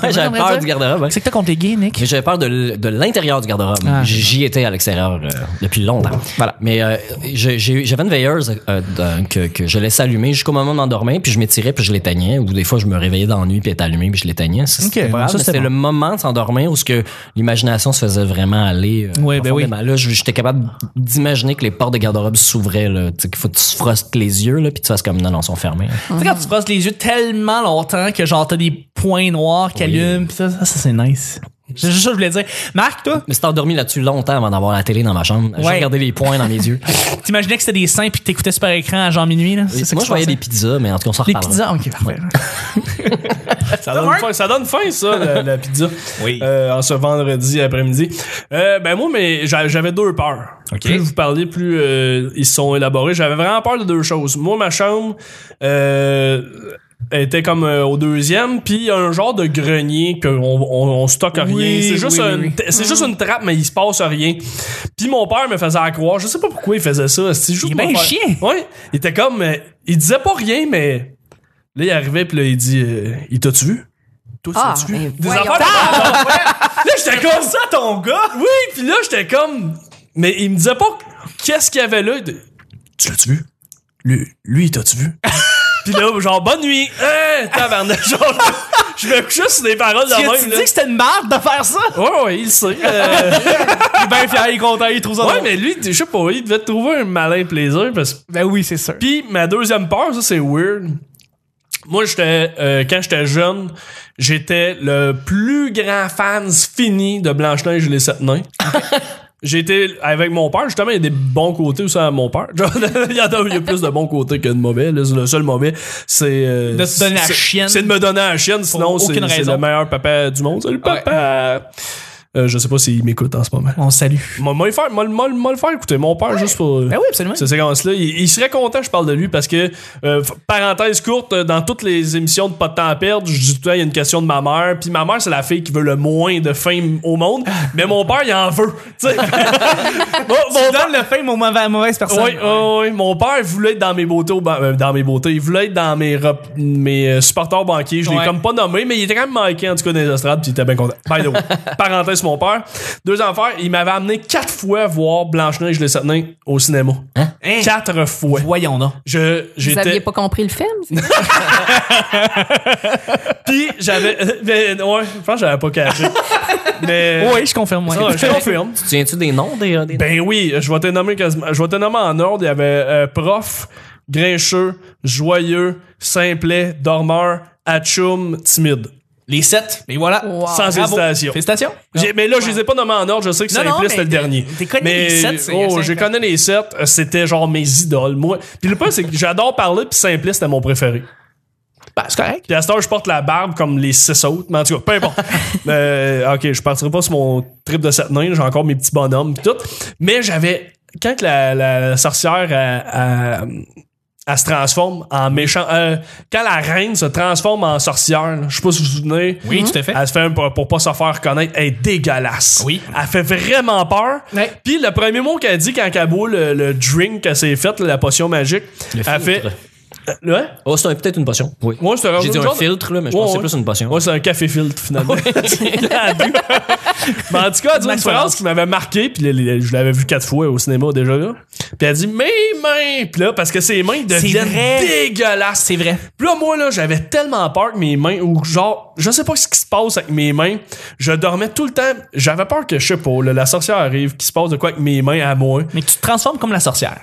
Ouais, j'avais peur du garde-robe. hein.
C'est que t'as contre les gays, Nick?
Mais j'avais peur de, l- de l'intérieur du garde-robe.
Ah.
J'y étais à l'extérieur euh, depuis longtemps. Voilà. Mais euh, j'ai- j'ai- j'avais une veilleuse euh, dans- que, que je laissais allumer jusqu'au moment d'endormir, puis je m'étirais, puis je l'éteignais. Ou des fois, je me réveillais dans la nuit, puis elle était allumée, puis je l'éteignais. Ça, c'était
Ok,
pas grave,
ça,
mais
c'était
c'était
bon.
le moment de s'endormir où ce que l'imagination se faisait vraiment aller. euh,
Ouais, ben oui.
profondément. Là, je- j'étais capable d'imaginer que les portes de garde-robe s'ouvraient. là. Tu sais, qu'il faut que tu frostes les yeux, là, puis tu fasses comme non, non, ils sont fermés.
Tu sais, quand tu brosses les yeux tellement longtemps que genre t'as des points noirs qui allument, pis ça, ça, ça, c'est nice. C'est juste ça que je voulais dire. Marc, toi,
Mais c'était endormi là-dessus longtemps avant d'avoir la télé dans ma chambre.
Ouais.
Je
regardais
regardais les points dans mes yeux.
t'imaginais que c'était des seins pis que t'écoutais super écran à genre minuit, là? C'est ça
Moi,
que
je
tu
voyais
pensais?
des pizzas, mais en tout cas, on s'en
Des pizzas,
reparlera.
ok, parfait.
Ça donne,
Marc?
faim, ça donne faim, ça, la, la pizza. Euh, en ce vendredi après-midi. Euh, ben moi, mais j'a- j'avais deux peurs. Plus vous parlez, plus euh, ils sont élaborés. J'avais vraiment peur de deux choses. Moi, ma chambre euh, était comme euh, au deuxième, puis il y a un genre de grenier qu'on on, on stocke rien.
Oui,
c'est juste,
oui,
une-
oui. Mm.
c'est juste une trappe, mais il se passe rien. Puis mon père me faisait croire, je sais pas pourquoi il faisait ça. C'est juste
Il est
pour
bien
faire-
chien.
Ouais, il était comme, euh, il disait pas rien, mais là il arrivait puis là il dit, euh, il t'a-tu vu? Toi,
Ah,
tu l'as-tu
mais
vu? Des
voyons
affaires de même, Ah, ouais. Là j'étais comme ça ton gars. Oui, puis là j'étais comme, mais il me disait pas qu'est-ce qu'il y avait là. Il dit, Tu l'as-tu vu? Lui, lui, il t'as-tu vu? Puis là, genre, bonne nuit! Hein, tabarnak! Genre, je me couchais sur des paroles de
Tu as-tu
même,
dit
là.
que c'était une merde de faire ça?
Ouais, ouais, il le sait. Euh,
Il est bien fier, il est content, il trouve ça
ouais,
drôle.
mais lui, je sais pas, il devait trouver un malin plaisir parce que
Ben oui, c'est sûr.
Puis ma deuxième peur, ça c'est weird. Moi, j'étais euh, quand j'étais jeune, j'étais le plus grand fan fini de Blanche-Neige et les Sept Nains. J'étais avec mon père, justement, il y a des bons côtés aussi à mon père. Genre, il, y en a, il y a plus de bons côtés que de mauvais. là. Le seul mauvais, c'est... euh,
De se donner la
c'est-
chienne.
C'est de me donner la chienne, sinon
aucune
c'est c'est
raison.
le meilleur papa du monde. Salut papa! Euh, je sais pas s'il m'écoute en ce moment.
On salue.
Moi, moi, le faire, moi, le- moi, le- moi le faire écouter, mon père, juste pour... euh,
Ben oui, absolument.
Cette séquence-là, il, il serait content, je parle de lui, parce que, euh, f- parenthèse courte, euh, dans toutes les émissions de Pas de temps à perdre, je dis tout le temps, il y a une question de ma mère, puis ma mère, c'est la fille qui veut le moins de fame au monde, mais mon père, il en veut. tu sais. Bon, mon
Tu donnes le fame aux mauvais- mauvaises personnes.
oui, oui, mon père voulait être dans mes beautés, au ban- euh, dans mes beautés, il voulait être dans mes, rep- mes euh, supporters banquiers. Je l'ai
Ouais.
comme pas nommé, mais il était quand même manqué en tout cas dans les estrades, puis il était bien content. By the way, parenthèse, mon père, deux enfants, il m'avait amené quatre fois voir Blanche-Neige et le Sept Nains au cinéma.
Hein?
Quatre fois.
Voyons donc.
Je,
Vous aviez
j'étais.
pas compris le film? c'est ça?
Puis j'avais. ben, ouais, je pense que j'avais pas caché. mais.
Oui, Euh, je hein, confirme. ouais.
Ah, je confirme.
Tu viens-tu des noms des. euh, des-
Ben oui, je vais te nommer quasiment- Je vais te nommer en ordre. Il y avait euh, prof, grincheux, joyeux, simplet, dormeur, atchoum, timide.
Les sept. Et voilà.
Wow.
Sans
Bravo.
hésitation.
Félicitations.
J'ai- mais là, je les ai pas nommés en ordre. Je sais que
Non, non,
Simplet,
mais
c'était le dernier.
t'es connu
mais,
les sept, c'est- c'est
Oh, je
incroyable.
connais les sept. Euh, C'était genre mes idoles. Moi. Puis le point, c'est que j'adore parler, puis Simplet, c'était mon préféré.
Ben, c'est correct.
Puis à cette heure, je porte la barbe comme les six autres, mais en tout cas, peu importe. Euh, ok, je partirai pas sur mon trip de cette nains, j'ai encore mes petits bonhommes pis tout. Mais j'avais. Quand que la, la sorcière elle- elle- elle se transforme en méchant. euh, quand la reine se transforme en sorcière, là, je sais pas si vous vous souvenez.
Oui, tout à fait.
Elle se fait un- pour, pour pas se faire reconnaître. Elle est dégueulasse.
Oui.
Elle fait vraiment peur.
Ouais.
Puis le premier mot qu'elle dit quand elle boit le, le drink qu'elle s'est faite, la potion magique,
Le
elle fait.
filtre.
Euh, ouais?
Oh, c'est un- peut-être une potion. Oui.
Moi, c'était
J'ai dit
une
un
sorte-
filtre, là, mais je
Ouais,
pense que
ouais.
c'est plus une potion.
Ouais, c'est un café filtre, finalement. Elle dit- Mais en tout cas, elle dit une phrase qui m'avait marqué, puis le- le- je l'avais vu quatre fois au cinéma déjà là. Puis elle dit mes mains, puis là parce que ses mains deviennent
vrai.
dégueulasses,
Ah, C'est vrai.
Puis là moi là, j'avais tellement peur que mes mains ou genre, je sais pas ce qui se passe avec mes mains, je dormais tout le temps, j'avais peur que je sais pas, là, la sorcière arrive, qu'il se passe de quoi avec mes mains à moi.
Mais tu te transformes comme la sorcière.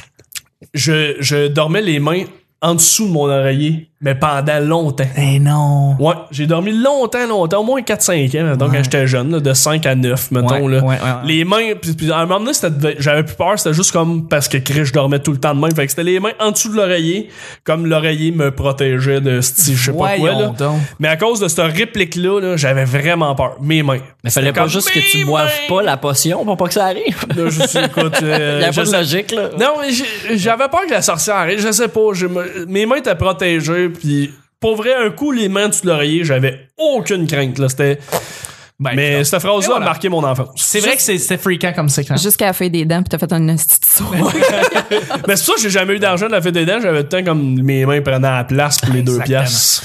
Je je dormais les mains en dessous de mon oreiller, mais pendant longtemps.
Eh non.
Ouais, j'ai dormi longtemps, longtemps, au moins 4-5 ans, mettons, quand j'étais jeune, là, de 5 à 9, mettons.
Ouais,
là.
ouais, ouais, ouais.
Les mains, puis, puis à un moment donné, c'était de- j'avais plus peur, c'était juste comme parce que Chris, je dormais tout le temps de même. Fait que c'était les mains en dessous de l'oreiller, comme l'oreiller me protégeait de ce je sais pas quoi.
Voyons
Là.
donc.
Mais à cause de cette réplique-là, là, j'avais vraiment peur. Mes mains.
Mais fallait pas juste que tu boives pas la potion pour pas que ça arrive.
Là, je suis, écoute, euh,
Il y a
je
pas de
sais-
logique, là.
non, mais j'ai- j'avais peur que la sorcière arrive. Je sais pas. j'ai- mes mains étaient protégées. Puis, pour vrai, un coup, les mains de l'oreiller, j'avais aucune crainte. Là, c'était. mais cette phrase-là
Et voilà.
a marqué mon enfance.
Ben, C'est vrai que c'est- c'est freakant comme séquence.
Jusqu'à la feuille des dents, puis t'as fait un esti de saut.
Mais c'est pour ça que j'ai jamais eu d'argent de la fête des dents. J'avais le temps comme mes mains prenaient la place pour les deux
Exactement.
piastres.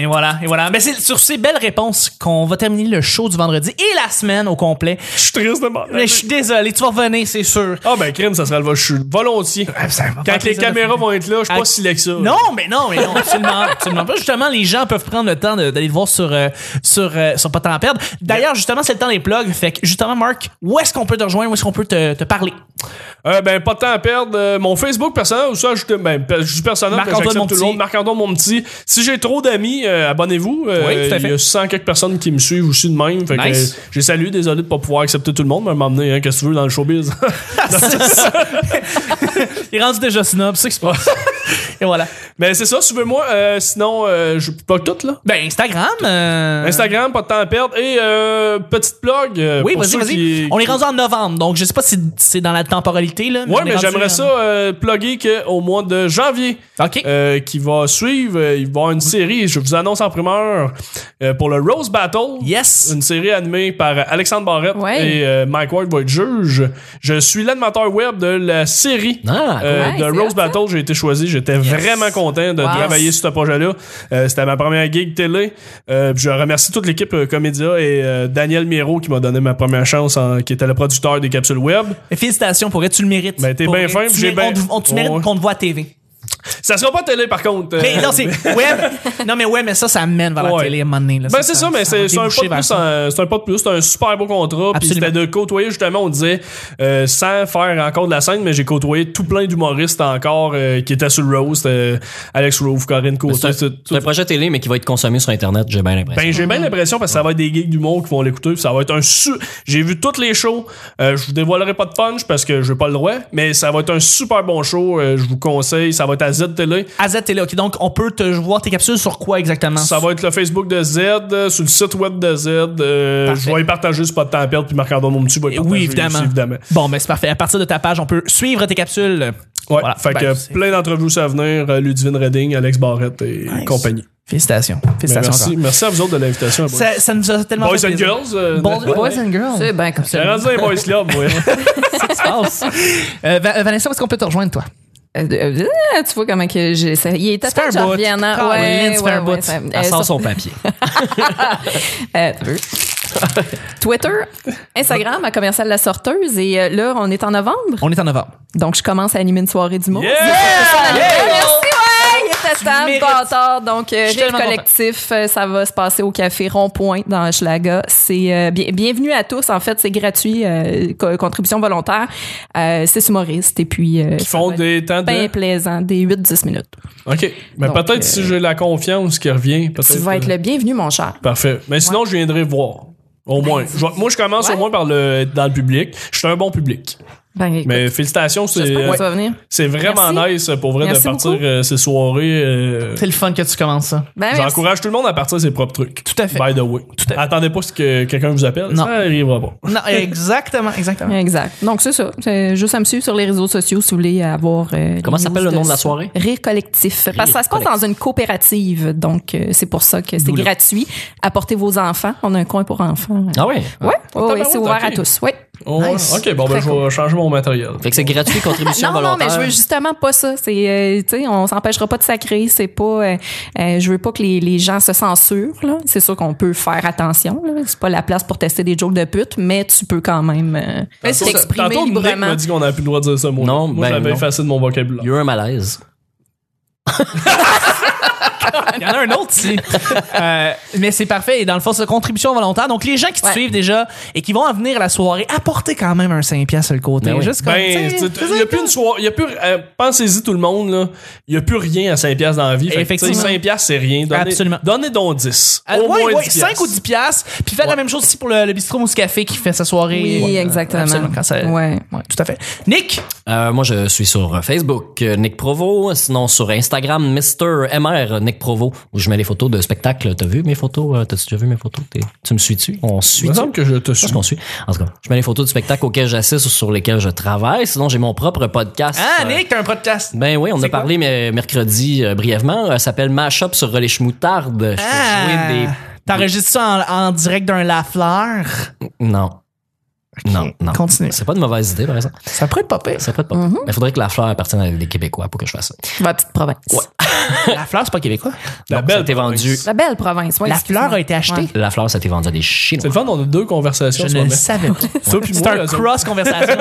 Et voilà, et voilà. Mais c'est sur ces belles réponses qu'on va terminer le show du vendredi et la semaine au complet.
Je suis triste de m'en
Mais je suis désolé, tu vas revenir, c'est sûr.
Ah, ben, crime, ça serait le je suis volontiers.
faire
Quand les
plaisir de
caméras vont être là, je suis
Ah,
pas si laid que ça.
Non, mais non, mais non, absolument, absolument pas. Justement, les gens peuvent prendre le temps de- d'aller le voir sur, euh, sur, euh, sur Pas de temps à perdre. D'ailleurs, justement, c'est le temps des plugs. Fait que, justement, Marc, où est-ce qu'on peut te rejoindre? Où est-ce qu'on peut te, te parler?
Euh, ben, pas de temps à perdre. Euh, mon Facebook personnel, ou ça, je te- ben, pe- je dis personnel, mais
Marc-Antoine
j'accepte tout le
Monpetit.
monde. Marc-Antoine, mon petit. Si j'ai trop d'amis, euh, abonnez-vous. Euh,
Oui, tout à fait.
Il y a 100 quelques personnes qui me suivent aussi de même. Fait que,
Nice.
euh, j'ai salué, désolé de pas pouvoir accepter tout le monde, mais m'emmener, hein, qu'est-ce que tu veux dans le showbiz.
Il est rendu déjà snob, c'est ça qui se passe. et voilà.
mais c'est ça, suivez-moi. Euh, sinon, euh, je pas tout, là.
Ben, Instagram. euh,
Instagram, pas de temps à perdre. Et euh, petite blog. euh,
Oui,
pour
vas-y,
ceux
vas-y.
qui-
On est rendu en novembre, donc je sais pas si c'est dans la temporalité, là.
Ouais,
on est
mais
rendu en-
j'aimerais ça euh, plugger qu'au mois de janvier,
OK.
euh, qui va suivre, euh, il va y avoir une série, je vous annonce en primeur, euh, pour le Rose Battle.
Yes.
Une série animée par Alexandre Barrette
Ouais.
et euh, Mike Ward va être juge. Je suis l'animateur web de la série.
Ah,
euh,
cool.
de
Ouais, c'est
Rose
hot,
Battle, j'ai été choisi. J'étais vraiment content de
Wow.
travailler sur ce projet-là. Euh, C'était ma première gig télé. Euh, puis je remercie toute l'équipe euh, Comédia et euh, Daniel Miro qui m'a donné ma première chance, en- qui était le producteur des capsules web.
Félicitations, pour vrai, tu le mérites.
Ben, t'es
Pour
bien
vrai,
fin,
tu
puis j'ai
mérites-
bien-
on te- on- Tu
Ouais.
mérites qu'on te voit à TV.
Ça sera pas télé, par contre.
Mais
Euh,
non, c'est web. Non, mais ouais, mais ça, ça mène vers la
Ouais.
télé à un moment donné, là.
Ben c'est ça, mais
va
c'est c'est un, pas
déboucher
de
vers
plus,
ça.
un- c'est un pas de plus, c'est un super beau contrat. Puis
Absolument.
c'était de côtoyer, justement, on disait, euh, sans faire encore de la scène, mais j'ai côtoyé tout plein d'humoristes encore euh, qui étaient sur le roast. euh, Alex Rove, Corinne
C'est
Côté.
un,
tout-
c'est un projet télé, mais qui va être consommé sur Internet, j'ai bien l'impression.
Ben, j'ai bien l'impression parce que ça va être des geeks d'humour qui vont l'écouter. puis Ça va être un su. J'ai vu toutes les shows. Euh, je vous dévoilerai pas de punch parce que j'ai pas le droit, mais ça va être un super bon show. euh, je vous conseille. Ça va être à Z Télé.
AZ Télé, ok. Donc, on peut te voir tes capsules sur quoi exactement?
Hein? Ça va être le Facebook de Z, euh, sur le site web de Z. euh,
Parfait.
je vais y partager, c'est pas de temps à perdre. Puis Marc-Antoine Montpetit va y partager
Oui,
aussi,
évidemment.
évidemment.
Bon, ben, c'est parfait. À partir de ta page, on peut suivre tes capsules.
Ouais,
Voilà.
fait
Ben,
que
c'est-
plein d'entrevues ça à venir. euh, Ludivine Redding, Alex Barrette et
Nice.
compagnie.
Félicitations.
Mais
Félicitations.
merci, merci à vous autres de l'invitation.
encore.
boys.
Ça, ça nous a tellement
Boys
fait
and
plaisir.
girls. euh,
Bon-
de-
boys and girls.
C'est bien comme ça.
J'ai rendu un boys club, ouais.
Euh, Va- euh, Vanessa, où est-ce qu'on peut te rejoindre, toi?
Euh, euh, euh, tu vois comment que j'ai ça. Il est à
C'est pas
temps
un
que j'en
bout.
revienne.
Ah,
hein.
Caroline,
Ouais,
c'est
ouais,
pas un
ouais,
bout.
ça- euh,
Elle sort
sur-
son papier.
Euh, tu veux? Twitter, Instagram, à commercial la sorteuse. Et euh, là, on est en novembre.
On est en novembre.
Donc, je commence à animer une soirée du monde.
Yeah!
Ah, Merci, ouais! Il est à temps,
mérites.
bâtard. Donc, euh,
Je suis
Rire
tellement
collectif, euh, ça va se passer au café Rond-Point dans Schlaga. C'est euh, bien- bienvenue à tous. En fait, c'est gratuit, euh, co- contribution volontaire. Euh, c'est humoriste. Et puis, euh,
Qui font des temps de.
Ben,
bien plaisant, des 8-10 minutes.
OK. Mais
Donc,
peut-être
euh,
si j'ai la confiance qui revient, peut-être.
Tu vas être
euh,
le bienvenu, mon cher.
Parfait. Mais sinon, je viendrai voir. Au
Ben,
moins. Je vais- moi, je commence
Ouais.
au moins par le dans le public. Je suis un bon public.
Ben, écoute,
Mais félicitations, c'est euh,
j'espère que
ouais,
tu vas venir.
c'est vraiment
Merci.
nice pour vrai
Merci
de partir
beaucoup.
euh, ces soirées. euh,
C'est le fun que tu commences ça.
Ben, merci.
J'encourage tout le monde à partir de ses propres trucs.
Tout à fait.
By the way.
Tout à fait.
Attendez pas ce que quelqu'un vous appelle.
Non.
Ça arrivera pas.
Non, exactement, exactement.
Exact. Donc, c'est ça. C'est juste à me suivre sur les réseaux sociaux si vous voulez avoir. euh, les
Comment s'appelle
news
le nom de la
ça.
soirée?
Rire collectif. Parce que ça se passe
collectif.
dans une coopérative. Donc, euh, c'est pour ça que c'est
D'où le-
gratuit. Apportez vos enfants. On a un coin pour enfants.
Ah ouais?
Ouais, ouais, ouais,
tabarouette,
c'est ouvert
ok.
à tous. Oui.
Oh, ouais.
Nice.
Ok, bon, ben,
Très
je vais
cool.
changer mon matériel.
Fait que c'est gratuit, contribution
Non, non,
volontaire.
mais je veux justement pas ça. C'est, euh, tu sais, on s'empêchera pas de sacrer. C'est pas, euh, euh, je veux pas que les, les gens se censurent. Là. C'est sûr qu'on peut faire attention. Là. C'est pas la place pour tester des jokes de pute, mais tu peux quand même euh,
Ben,
Tantôt,
t'exprimer
tantôt, Nick
librement.
m'a dit qu'on n'a plus le droit de dire ça, moi.
Non,
moi,
ben,
je l'avais
non.
effacé de mon vocabulaire.
Il y a eu un malaise.
Il y en a un autre ici. Euh, mais c'est parfait. Et dans le fond, c'est contribution volontaire. Donc, les gens qui te
Ouais.
suivent déjà et qui vont en venir à la soirée, apportez quand même un 5$ sur le côté.
Ben oui.
Juste comme,
Ben,
tu sais,
il y a plus une soirée, y a plus, euh, pensez-y tout le monde là, il y a plus rien à 5 pièces dans la vie. Fait que, tu sais,
Effectivement.
5 pièces c'est rien. Donnez,
Absolument.
Donnez donc 10.
Euh,
au
ouais,
moins
ouais,
10
5 ou 10 piastres. Puis faites la
Ouais.
même chose aussi pour le, le bistrot Mousse Café qui fait sa soirée.
Oui,
Ouais,
exactement.
absolument, quand ça-
Ouais.
ouais, tout à fait. Nick,
Euh, moi, je suis sur euh, Facebook, euh, Nick Provo. Sinon, sur Instagram, Mr. MR, euh, Nick Provo, où je mets les photos de spectacles. T'as vu mes photos? Euh, T'as-tu déjà vu mes photos? T'es- Tu me suis-tu? On
Il
suit.
me semble que je te
Je
suis.
pense qu'on suit. En tout cas, je mets les photos du spectacle auquel j'assiste ou sur lesquels je travaille. Sinon, j'ai mon propre podcast.
ah,
Euh,
Nick, t'as un podcast.
Ben oui, on en
C'est
a parlé mais, mercredi euh, brièvement. Euh, Ça s'appelle Mashup sur les chemoutardes. Je fais
Ah,
jouer
T'enregistres ça en, en direct d'un lafleur.
des... Non. Non, non.
Continue. Mm-hmm.
C'est pas une mauvaise idée, par exemple.
Ça pourrait être pas pire.
Ça peut être pas.
Mhm.
Mais il faudrait que la fleur appartienne à des Québécois pour que je fasse ça.
Ma petite province.
lafleur, c'est pas québécois.
La
Non,
belle
ça a été
province.
vendu.
La belle province. ouais,
La
excuse-moi.
fleur a été achetée.
Ouais.
La fleur, ça a été vendu à des Chinois.
C'est le fun, on a deux conversations. en
Je
ce
ne le
moment.
savais pas.
Toi puis
C'est
moi,
un
là, ça-
cross-conversation.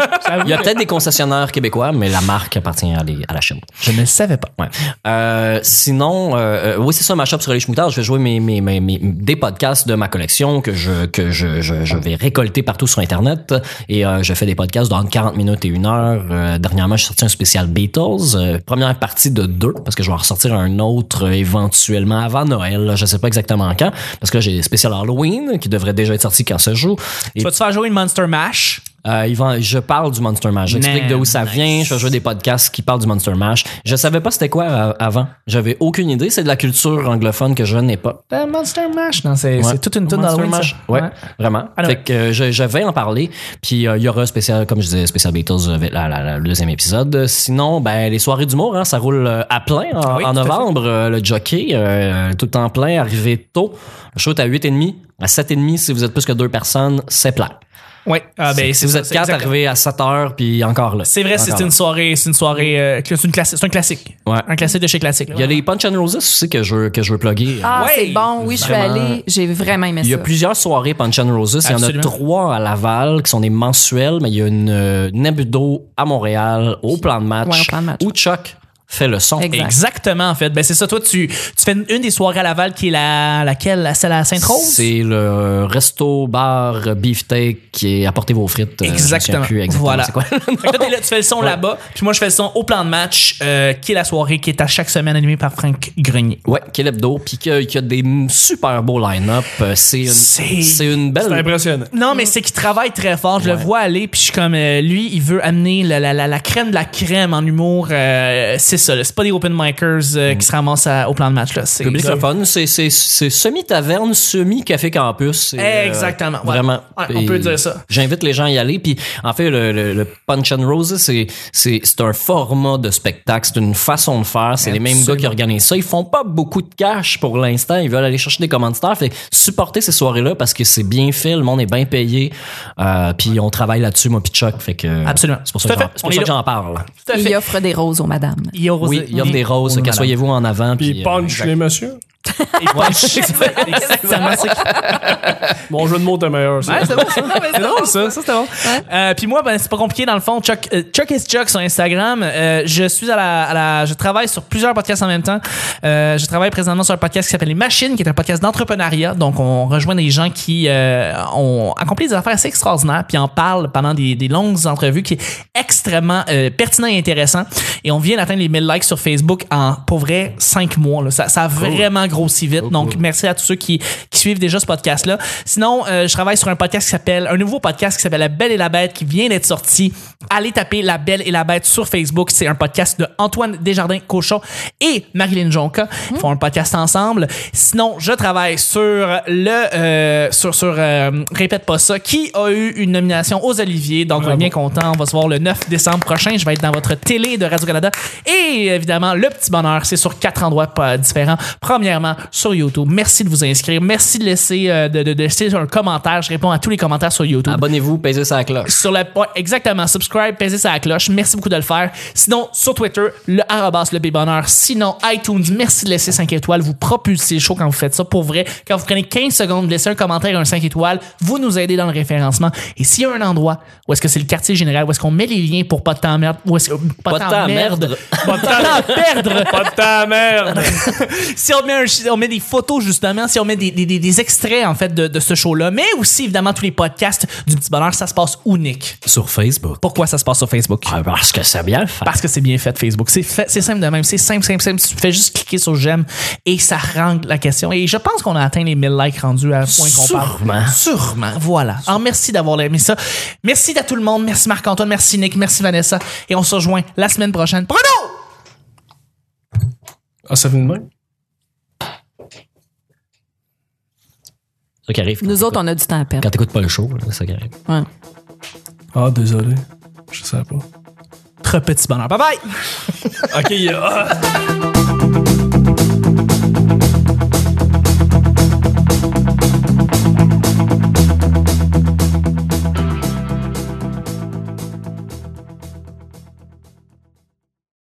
Il y a peut-être des concessionnaires québécois, mais la marque appartient à, les- à la Chine.
Je ne le savais pas.
Ouais. Euh, sinon, euh, euh, oui, c'est ça, ma shop sur les chemoutards. Je vais jouer mes, mes, mes, mes- des podcasts de ma collection que je, que je, je, je vais récolter partout sur Internet. Et euh, je fais des podcasts dans 40 minutes et une heure. Euh, dernièrement, j'ai sorti un spécial Beatles. euh, première partie de deux, parce que je vais en ressortir un autre euh, éventuellement avant Noël. là, je sais pas exactement quand. Parce que là, j'ai le spécial Halloween qui devrait déjà être sorti quand ça joue. Et
Tu vas te faire jouer une Monster Mash.
euh, ils vont- je parle du Monster Mash. J'explique
Man,
de où ça
nice.
vient. Je fais jouer des podcasts qui parlent du Monster Mash. Je savais pas c'était quoi euh, avant. J'avais aucune idée. C'est de la culture anglophone que je n'ai pas.
Ben, Monster Mash. Non, c'est
Ouais.
c'est toute une toune
Monster
d'Halloween.
Mash.
ça.
Ouais, vraiment.
Ah, non.
fait que euh, je, je vais en parler. Puis euh, il y aura un spécial, comme je disais, spécial Beatles, euh, la- la- la- le deuxième épisode. Euh, Sinon, ben les soirées d'humour, hein, ça roule euh, à plein en,
Oui,
en
tout à fait.
novembre. Euh, le jockey, euh, tout en plein, arrivé tôt. Le show est à 8h30. À 7h30, si vous êtes plus que deux personnes, c'est plat.
Ouais. Ah, ben,
si
c'est
vous
ça,
êtes
c'est
quatre,
exact.
arrivez à 7 heures, puis encore là.
C'est vrai, c'est
Encore
c'est
là.
une soirée, c'est une soirée, euh, c'est une classique, c'est un classique.
Ouais.
Un classique de chez classique. là.
Il y a les Punch and Roses aussi que je veux, que je veux plugger.
Ah,
Ouais.
c'est bon. Oui, je suis
Vraiment.
allée. J'ai vraiment aimé
Il y a
ça.
plusieurs soirées Punch and Roses. Il y en
Absolument.
a trois à Laval qui sont des mensuels, mais il y a une euh, Nebudo à Montréal au plan de match,
Ouais, au plan de match.
où Chuck fait le son.
Exact.
Exactement, en fait. Ben, c'est ça, toi, tu, tu fais une, une des soirées à Laval qui est la, laquelle, la- celle à Sainte-Rose?
C'est le resto bar beefsteak qui est apportez vos frites. euh, je me souviens
Exactement.
plus exactement
Voilà.
c'est quoi.
Fait que toi, t'es là, tu fais le son là-bas, puis moi, je fais le son au plan de match, euh, qui est la soirée qui est à chaque semaine animée par Franck Grenier.
Ouais, qui est l'hebdo, puis qui a, qui a des super beaux line-up. Euh, C'est une,
C'est-
c'est une
C'est
belle.
impressionnant.
Non, mais c'est qu'il travaille très fort. Je le
Ouais.
vois aller, puis je suis comme, euh, lui, il veut amener la, la, la, la crème de la crème en humour. euh, c'est ça, là. c'est pas des open micers euh, qui se ramassent à- au plan de match. Là. C'est
Public le fun, c'est c'est- c'est semi-taverne, semi-café campus. C'est, euh,
Exactement, ouais.
Vraiment.
Ouais, on
Et
peut dire ça.
J'invite les gens à y aller. Puis, en fait, le, le- le Punch and Roses, c'est- c'est c'est un format de spectacle. C'est une façon de faire. C'est les mêmes gars qui organisent ça. Ils font pas beaucoup de cash pour l'instant. Ils veulent aller chercher des commanditaires. Fait supporter ces soirées-là parce que c'est bien fait. Le monde est bien payé. Euh, puis, on travaille là-dessus, moi, puis Chuck. Fait que.
Absolument.
C'est pour
Tout
ça
à
que j'en-
fait.
c'est
On
pour
est
ça que
là.
j'en parle.
Tout à
Il
fait.
offre des roses aux madames.
Il y a
Oui, il y a des roses.
Madame.
Qu'assoyez-vous en avant.
Puis
euh,
punch les messieurs.
Il punch. Exactement. c'est
Mon jeu de mots était meilleur, ça.
Ouais, c'est bon, ça. C'est drôle, ça. Ça, c'était bon. Euh, Puis moi, ben, c'est pas compliqué, dans le fond. Chuck, euh, Chuck is Chuck sur Instagram. Euh, je suis à la, à la- Je travaille sur plusieurs podcasts en même temps. Euh, je travaille présentement sur un podcast qui s'appelle Les Machines, qui est un podcast d'entrepreneuriat. Donc, on rejoint des gens qui euh, ont accompli des affaires assez extraordinaires, puis en parlent pendant des, des longues entrevues qui est extrêmement euh, pertinent et intéressant. Et on vient d'atteindre les 1000 likes sur Facebook en, pour vrai, 5 mois. là. Ça, ça a vraiment grossi vite. Donc, merci à tous ceux qui, qui suivent déjà ce podcast-là. Sinon, euh, je travaille sur un podcast qui s'appelle, un nouveau podcast qui s'appelle La Belle et la Bête qui vient d'être sorti. Allez taper La Belle et la Bête sur Facebook. C'est un podcast de Antoine Desjardins-Cochon et Marilyn Jonca. Ils font un podcast ensemble. Sinon, je travaille sur le, euh, sur, sur, euh, répète pas ça, qui a eu une nomination aux Oliviers. Donc, on est bien content. On va se voir le 9 décembre prochain. Je vais être dans votre télé de Radio-Canada. Et évidemment, le petit bonheur, c'est sur quatre endroits pas différents. Premièrement, sur YouTube. Merci de vous inscrire. Merci de laisser, euh, de, de- de laisser un commentaire. Je réponds à tous les commentaires sur YouTube.
Abonnez-vous, payez ça à la cloche.
Sur la, ouais, exactement. Subscribe, pèsez sur la cloche. Merci beaucoup de le faire. Sinon, sur Twitter, le arrobas, le bébonheur. Sinon, iTunes, merci de laisser 5 étoiles. Vous propulsez le show quand vous faites ça. Pour vrai, quand vous prenez 15 secondes, laissez un commentaire et un 5 étoiles. Vous nous aidez dans le référencement. Et s'il y a un endroit où est-ce que c'est le quartier général, où est-ce qu'on met les liens pour pas de temps à merde, où est-ce que,
Pas de temps à merdre.
Pas de temps à perdre.
Pas de ta merde!
si on met, un- si on met des photos justement, si on met des, des- des- des extraits en fait de, de ce show-là, mais aussi évidemment tous les podcasts du petit bonheur, ça se passe unique.
Sur Facebook.
Pourquoi ça se passe sur Facebook?
Ah, Parce que c'est bien le faire.
Parce que c'est bien fait, Facebook. C'est fait- c'est simple de même. C'est simple, simple, simple. Tu fais juste cliquer sur j'aime et ça rend la question. Et je pense qu'on a atteint les 1000 likes rendus à un point qu'on parle.
Sûrement.
Sûrement. Voilà. Alors, merci d'avoir aimé ça. Merci à tout le monde. Merci Marc-Antoine. Merci Nick. Merci Vanessa. Et on se rejoint la semaine prochaine. Bruno!
Ah, ça fait de même?
C'est ça qui arrive.
Nous autres, on a du temps à perdre.
Quand t'écoutes pas le show, là, c'est ça qui arrive.
Ouais.
Ah, désolé. Je sais pas.
Très petit bonheur. Bye bye!
Ok, il y a- ah.